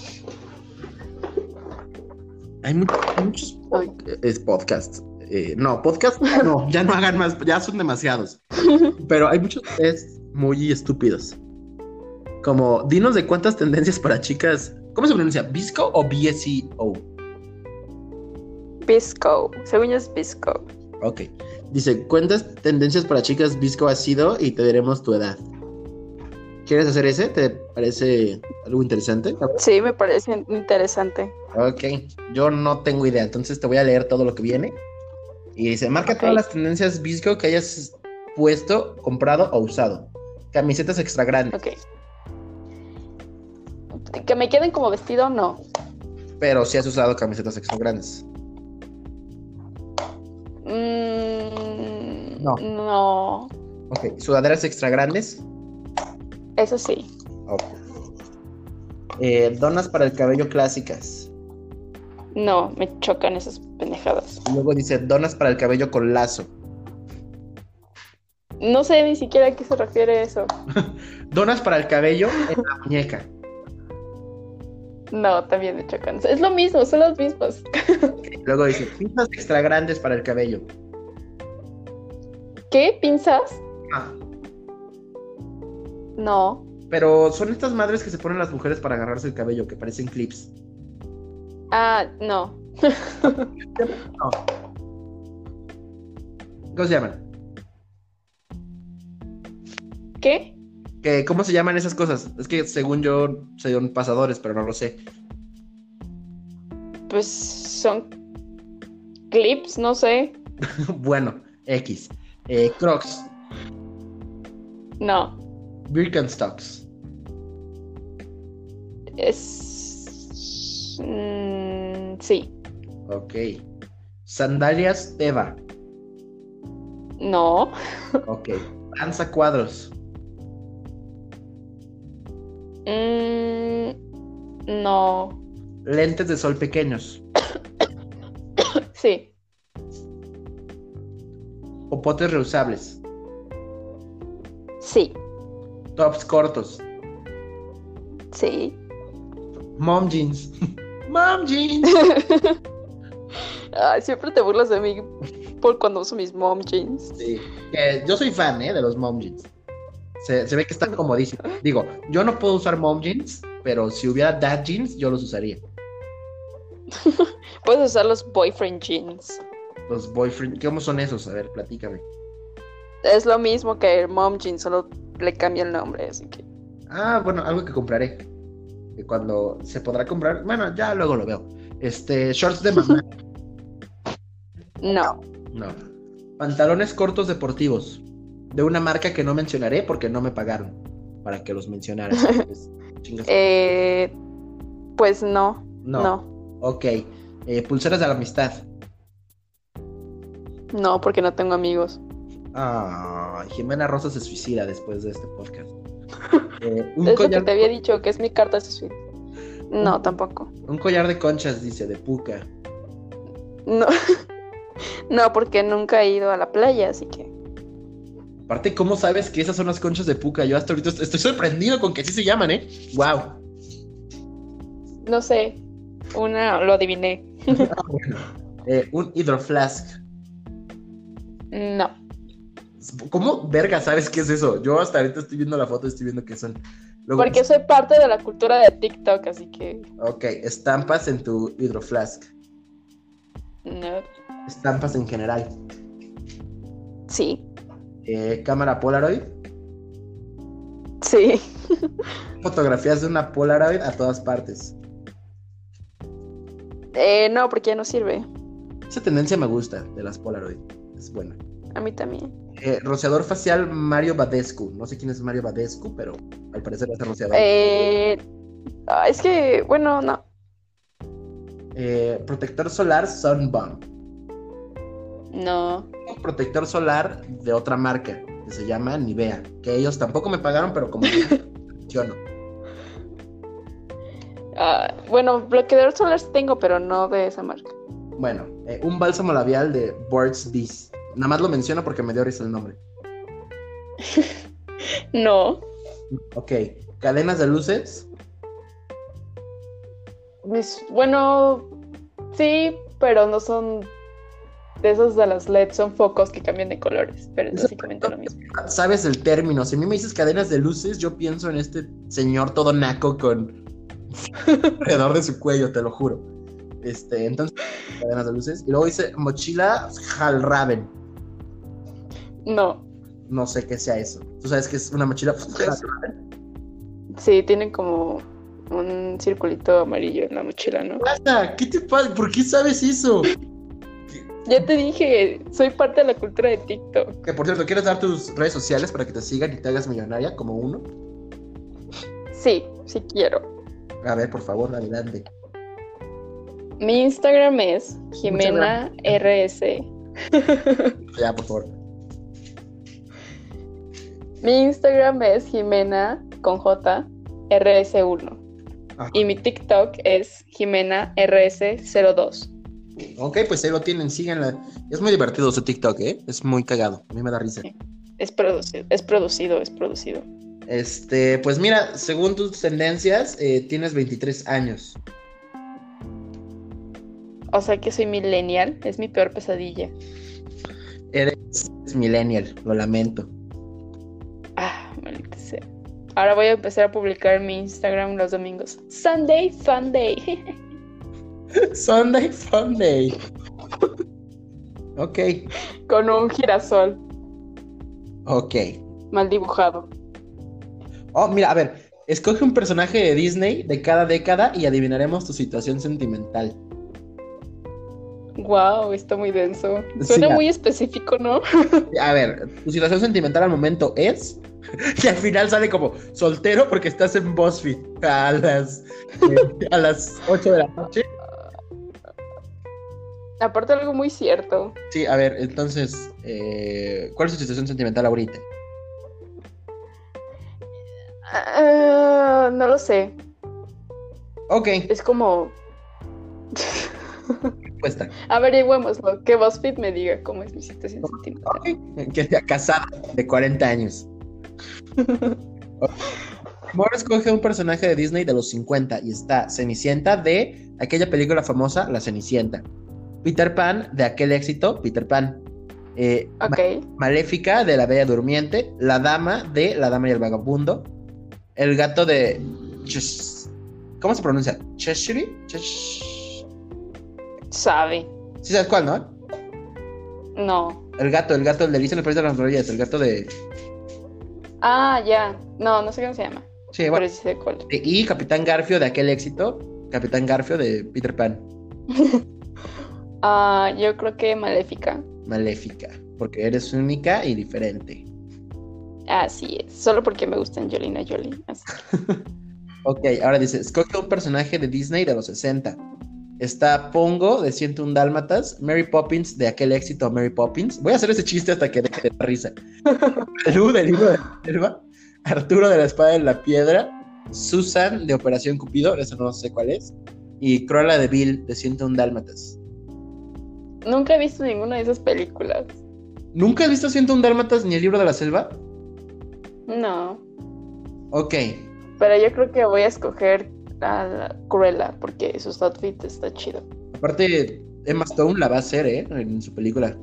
D: Hay mu- hay muchos pod- es podcasts. eh, no, podcast no, ya no hagan más, ya son demasiados. Pero hay muchos test muy estúpidos. Como, dinos de cuántas tendencias para chicas. ¿Cómo se pronuncia? ¿Visco o BSEO?
B: Bisco. Según yo es Bisco.
D: Ok. Dice, ¿cuántas tendencias para chicas Visco ha sido? Y te diremos tu edad. ¿Quieres hacer ese? ¿Te parece algo interesante?
B: Sí, me parece interesante.
D: Ok, yo no tengo idea, entonces te voy a leer todo lo que viene. Y dice, marca todas
B: Ok.
D: las tendencias Visco que hayas puesto, comprado o usado. Camisetas extra grandes,
B: Ok. Que me queden como vestido, no.
D: pero si has usado camisetas extra grandes.
B: Mm,
D: No.
B: No.
D: Ok, sudaderas extra grandes.
B: Eso sí.
D: Ok. Eh, donas para el cabello clásicas.
B: No, me chocan esas pendejadas.
D: Luego dice, donas para el cabello con lazo.
B: No sé ni siquiera a qué se refiere eso.
D: Donas para el cabello en la muñeca.
B: No, también me chocan. Es lo mismo, son los mismos.
D: Luego dice, pinzas extra grandes para el cabello.
B: ¿Qué? ¿Pinzas?
D: Ah,
B: No.
D: pero son estas madres que se ponen las mujeres para agarrarse el cabello, que parecen clips.
B: Ah, no.
D: ¿Cómo se llaman?
B: ¿Qué?
D: ¿Qué- ¿Cómo se llaman esas cosas? Es que según yo son pasadores, pero no lo sé.
B: Pues son clips, no sé.
D: bueno, X. Eh, Crocs,
B: No.
D: Birkenstocks,
B: Es. mm, sí.
D: ok. Sandalias Teva,
B: No.
D: ok. Lanza cuadros,
B: Mm, no.
D: lentes de sol pequeños,
B: Sí.
D: popotes reusables,
B: Sí.
D: Tops cortos.
B: Sí.
D: Mom jeans. Mom jeans.
B: Ay, siempre te burlas de mí por cuando uso mis mom jeans.
D: Sí. Que yo soy fan, ¿eh? De los mom jeans. Se, se ve que están comodísimos. Digo, yo no puedo usar mom jeans, pero si hubiera dad jeans, yo los usaría.
B: Puedes usar los boyfriend jeans.
D: Los boyfriend, ¿cómo son esos? A ver, platícame.
B: Es lo mismo que el mom jeans, solo le cambia el nombre, así que.
D: Ah, bueno, algo que compraré. Que cuando se podrá comprar, bueno, ya luego lo veo. Este, shorts de mamá.
B: No.
D: No. Pantalones cortos deportivos. De una marca que no mencionaré porque no me pagaron para que los mencionara. Entonces, chingas.
B: Eh, pues no. No.
D: no.
B: no.
D: Ok. Eh, pulseras de la amistad.
B: porque no tengo amigos.
D: Ah, Jimena Rosa se suicida después de este podcast. Eh, un,
B: Es lo que
D: collar,
B: te había dicho, que es mi carta de suicidio. No, tampoco.
D: un collar de conchas, dice, de puca.
B: No. No, porque nunca he ido a la playa, así que.
D: Aparte, ¿cómo sabes que esas son las conchas de puca? Yo hasta ahorita est- estoy sorprendido con que así se llaman, ¿eh? ¡Wow!
B: No sé. Una lo adiviné.
D: Eh, un hidroflask.
B: No.
D: ¿Cómo verga sabes qué es eso? Yo hasta ahorita estoy viendo la foto y estoy viendo qué son. Luego,
B: Porque soy parte de la cultura de TikTok, así que.
D: Ok, estampas en tu hidroflask.
B: No.
D: Estampas en general.
B: Sí.
D: Eh, cámara Polaroid.
B: Sí.
D: Fotografías de una Polaroid a todas partes.
B: Eh, no, porque ya no sirve.
D: Esa tendencia me gusta de las Polaroid. Es buena.
B: A mí también.
D: Eh, rociador facial Mario Badescu. No sé quién es Mario Badescu, pero al parecer es el rociador.
B: Eh, ah, es que, bueno, no.
D: Eh, protector solar Sunbomb.
B: No.
D: Un protector solar de otra marca que se llama Nivea. Que ellos tampoco me pagaron, pero como yo no.
B: Ah, bueno, bloqueador solar sí tengo, pero no de esa marca.
D: Bueno, eh, un bálsamo labial de Burt's Bees. Nada más lo menciono porque me dio risa el nombre.
B: No.
D: Ok, cadenas de luces.
B: Mis- bueno, sí, pero no son de esas de las LED, son focos que cambian de colores, pero es básicamente lo mismo.
D: Sabes el término. Si a mí me dices cadenas de luces, yo pienso en este señor todo naco con alrededor de su cuello, te lo juro. Este, entonces, cadenas de luces. Y luego dice mochila Hallraven.
B: No,
D: No sé qué sea eso. Tú sabes que es una mochila.
B: sí, tienen como un circulito amarillo en la mochila, ¿no?
D: ¿Qué pasa? ¿Qué te pasa? ¿Por qué sabes eso?
B: Ya te dije, soy parte de la cultura de TikTok.
D: Que por cierto, ¿quieres dar tus redes sociales para que te sigan y te hagas millonaria como uno?
B: Sí, sí quiero.
D: A ver, por favor, adelante.
B: Mi Instagram es Jimena RS.
D: Ya, por favor.
B: Mi Instagram es Jimena con J RS1.
D: Ajá.
B: Y mi TikTok es Jimena RS02.
D: Ok, pues ahí lo tienen, síganla. Es muy divertido su TikTok, ¿eh? Es muy cagado. A mí me da risa.
B: Es producido, es producido, es producido.
D: Este, pues mira, según tus tendencias, eh, tienes 23 años.
B: O sea que soy millennial, es mi peor pesadilla.
D: Es millennial, lo lamento.
B: Ah, maldita sea. Ahora voy a empezar a publicar en mi Instagram los domingos. Sunday Fun Day.
D: Sunday Funday. ok,
B: Con un girasol
D: ok.
B: mal dibujado.
D: Oh, mira, a ver, escoge un personaje de Disney de cada década y adivinaremos tu situación sentimental.
B: Wow, está muy denso.
D: Sí,
B: Suena
D: ya.
B: muy específico, ¿no?
D: A ver, tu situación sentimental al momento es que al final sale como soltero porque estás en BuzzFeed a las, eh, a las 8 de la noche.
B: Aparte algo muy cierto.
D: Sí, a ver, entonces, eh, ¿cuál es tu situación sentimental ahorita?
B: Ah, no lo sé.
D: Ok,
B: Es como
D: respuesta.
B: Averigüémoslo, que BuzzFeed me diga cómo es mi situación sentimental.
D: Ok, Que sea casada de 40 años. Morris coge un personaje de Disney de los 50 y está Cenicienta de aquella película famosa, La Cenicienta. Peter Pan de aquel éxito, Peter Pan. Eh, Ma-
B: Ok.
D: Maléfica de La Bella Durmiente. La Dama de La Dama y el Vagabundo. El gato de. Ches- ¿Cómo se pronuncia? ¿Cheshire? Chesh-
B: Sabe.
D: Sí, sabes cuál, ¿no?
B: No.
D: El gato, el gato, el de Alicia en el País de las Maravillas, el gato de.
B: Ah, ya. No, no sé cómo se llama.
D: Sí, bueno.
B: Pero sí sé de cuál.
D: Y Capitán Garfio de aquel éxito, Capitán Garfio de Peter Pan.
B: Ah, yo creo que Maléfica.
D: Maléfica, porque eres única y diferente.
B: Así es. Solo porque me gusta Angelina Jolie. Así que-
D: Ok, ahora dice, escoge un personaje de Disney de los 60. Está Pongo de 101 Dálmatas, Mary Poppins de aquel éxito Mary Poppins. Voy a hacer ese chiste hasta que deje de dar risa. Lu del libro de la selva, Arturo de la espada en la piedra, Susan de Operación Cupido, eso no sé cuál es, y Cruella de Bill de 101 Dálmatas.
B: Nunca he visto ninguna de esas películas.
D: ¿Nunca has visto 101 Dálmatas ni el libro de la selva?
B: No.
D: Ok,
B: Pero yo creo que voy a escoger a la Cruella porque sus outfits está chido.
D: aparte Emma Stone la va a hacer, ¿eh? En su película.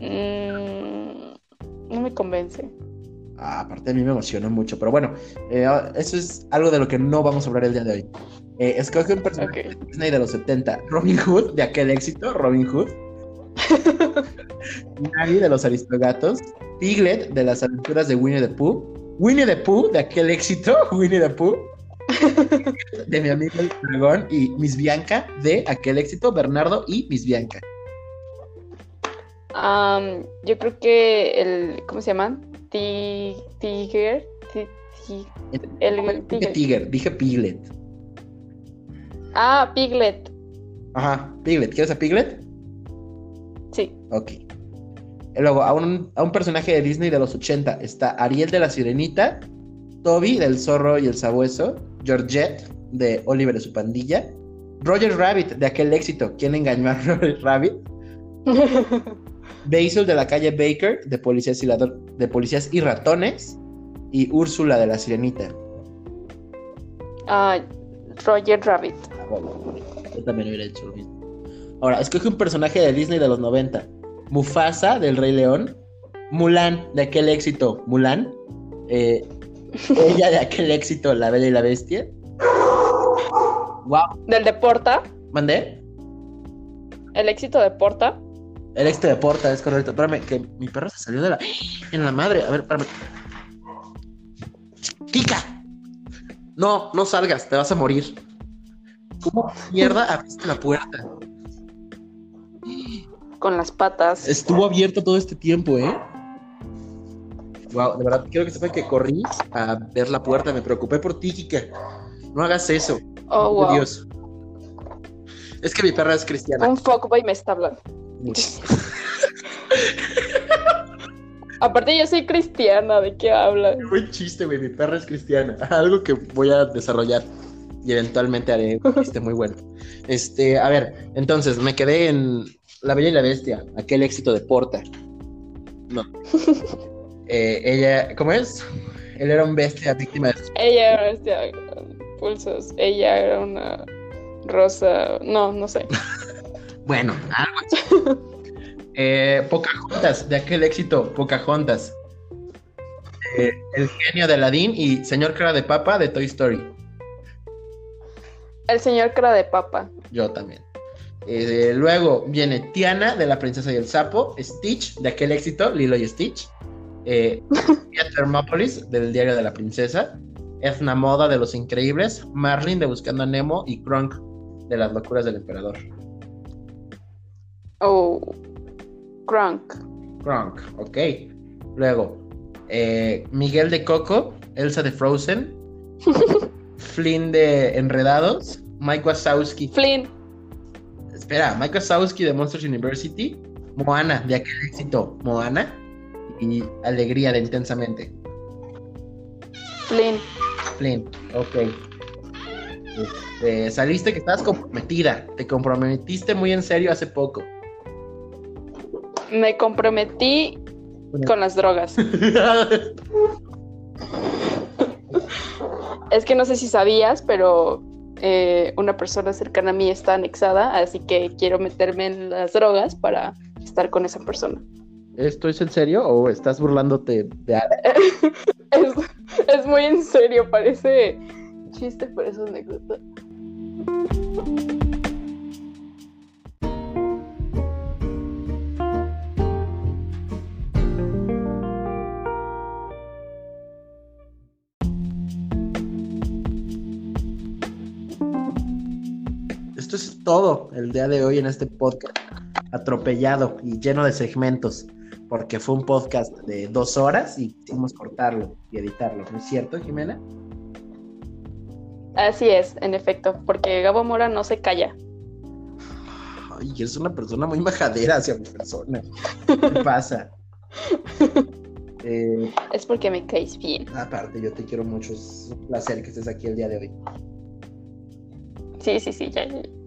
B: Mm, no me convence.
D: Ah, aparte a mí me emocionó mucho, pero bueno, eh, eso es algo de lo que no vamos a hablar el día de hoy. Eh, escoge un personaje
B: Ok.
D: de Disney de los 70, Robin Hood, de aquel éxito, Robin Hood, Nari de los Aristogatos, Piglet de las aventuras de Winnie the Pooh, Winnie the Pooh, de aquel éxito, Winnie the Pooh, de mi amigo el dragón y Miss Bianca, de aquel éxito, Bernardo y Miss Bianca.
B: Am, yo creo que el. ¿Cómo se llama? Ti- Tiger. ti- ti- El
D: Dije
B: tigre.
D: Tiger, dije Piglet.
B: Ah, Piglet.
D: Ajá, Piglet, ¿quieres a Piglet?
B: Sí.
D: Ok. Y Luego, a un, a un personaje de Disney de los 80 está Ariel de la Sirenita, Toby del Zorro y el Sabueso, Georgette de Oliver y su pandilla, Roger Rabbit de aquel éxito, ¿Quién engañó a Roger Rabbit? Basil de la calle Baker de Policías y, Ladr- de Policías y Ratones y Úrsula de la Sirenita.
B: Ah, Roger Rabbit.
D: Ah, bueno, yo también hubiera hecho lo mismo. Ahora, escoge un personaje de Disney de los 90. Mufasa del Rey León. Mulan de aquel éxito, Mulan. Eh, ella de aquel éxito, La Bella y la Bestia. Wow,
B: Del de Porta.
D: mandé.
B: El éxito de Porta.
D: El éxito de Porta, es correcto. Espérame, que mi perro se salió de la. ¡Ah! En la madre. A ver, espérame. ¡Tica! No, no salgas, te vas a morir. ¿Cómo mierda abriste la puerta?
B: Con las patas.
D: Estuvo abierto todo este tiempo, ¿eh? Wow, de verdad, quiero que sepan que corrí a ver la puerta, me preocupé por ti, Kika. No hagas eso.
B: Oh, wow.
D: Dios. Es que mi perra es cristiana.
B: Un fuckboy me está hablando. Aparte, yo soy cristiana. ¿De qué hablas?
D: Qué buen chiste, güey, mi perra es cristiana. Algo que voy a desarrollar y eventualmente haré un chiste muy bueno. Este, a ver, entonces, me quedé en La Bella y la Bestia, aquel éxito de Porta. No. Eh, ella, ¿cómo es? Él era un bestia víctima de
B: Ella era este, pulsos. Ella era una rosa. No, no sé.
D: Bueno, algo así. Eh, Pocahontas, de aquel éxito, Pocahontas. Eh, el genio de Aladdin y Señor Cara de Papa de Toy Story.
B: El señor cara de papa.
D: Yo también. Eh, luego viene Tiana de La Princesa y el Sapo, Stitch de aquel éxito, Lilo y Stitch, eh, Sofía Thermopolis del Diario de la Princesa, Edna Moda de Los Increíbles, Marlin de Buscando a Nemo y Kronk de Las Locuras del Emperador.
B: Oh. Crunk.
D: Kronk, ok. Luego, eh, Miguel de Coco, Elsa de Frozen, Flynn de Enredados, Mike Wazowski.
B: Flynn.
D: Espera, Mike Wazowski de Monsters University, Moana de aquel éxito, Moana, y Alegría de Intensamente,
B: Flynn.
D: Flynn, ok. Este, saliste que estabas comprometida, te comprometiste muy en serio hace poco.
B: Me comprometí con las drogas. Es que no sé si sabías, pero eh, una persona cercana a mí está anexada, así que quiero meterme en las drogas para estar con esa persona.
D: ¿Esto es en serio o estás burlándote de algo?
B: Es, es muy en serio, parece chiste, pero es anécdota.
D: Esto es todo el día de hoy en este podcast atropellado y lleno de segmentos, porque fue un podcast de dos horas y quisimos cortarlo y editarlo, ¿no es cierto, Jimena?
B: Así es, en efecto, porque Gabo Mora no se calla.
D: Ay, eres una persona muy majadera hacia mi persona. ¿Qué pasa? Eh,
B: Es porque me caes bien.
D: aparte, yo te quiero mucho. Es un placer que estés aquí el día de hoy.
B: Sí, sí, sí, ya, ya, ya.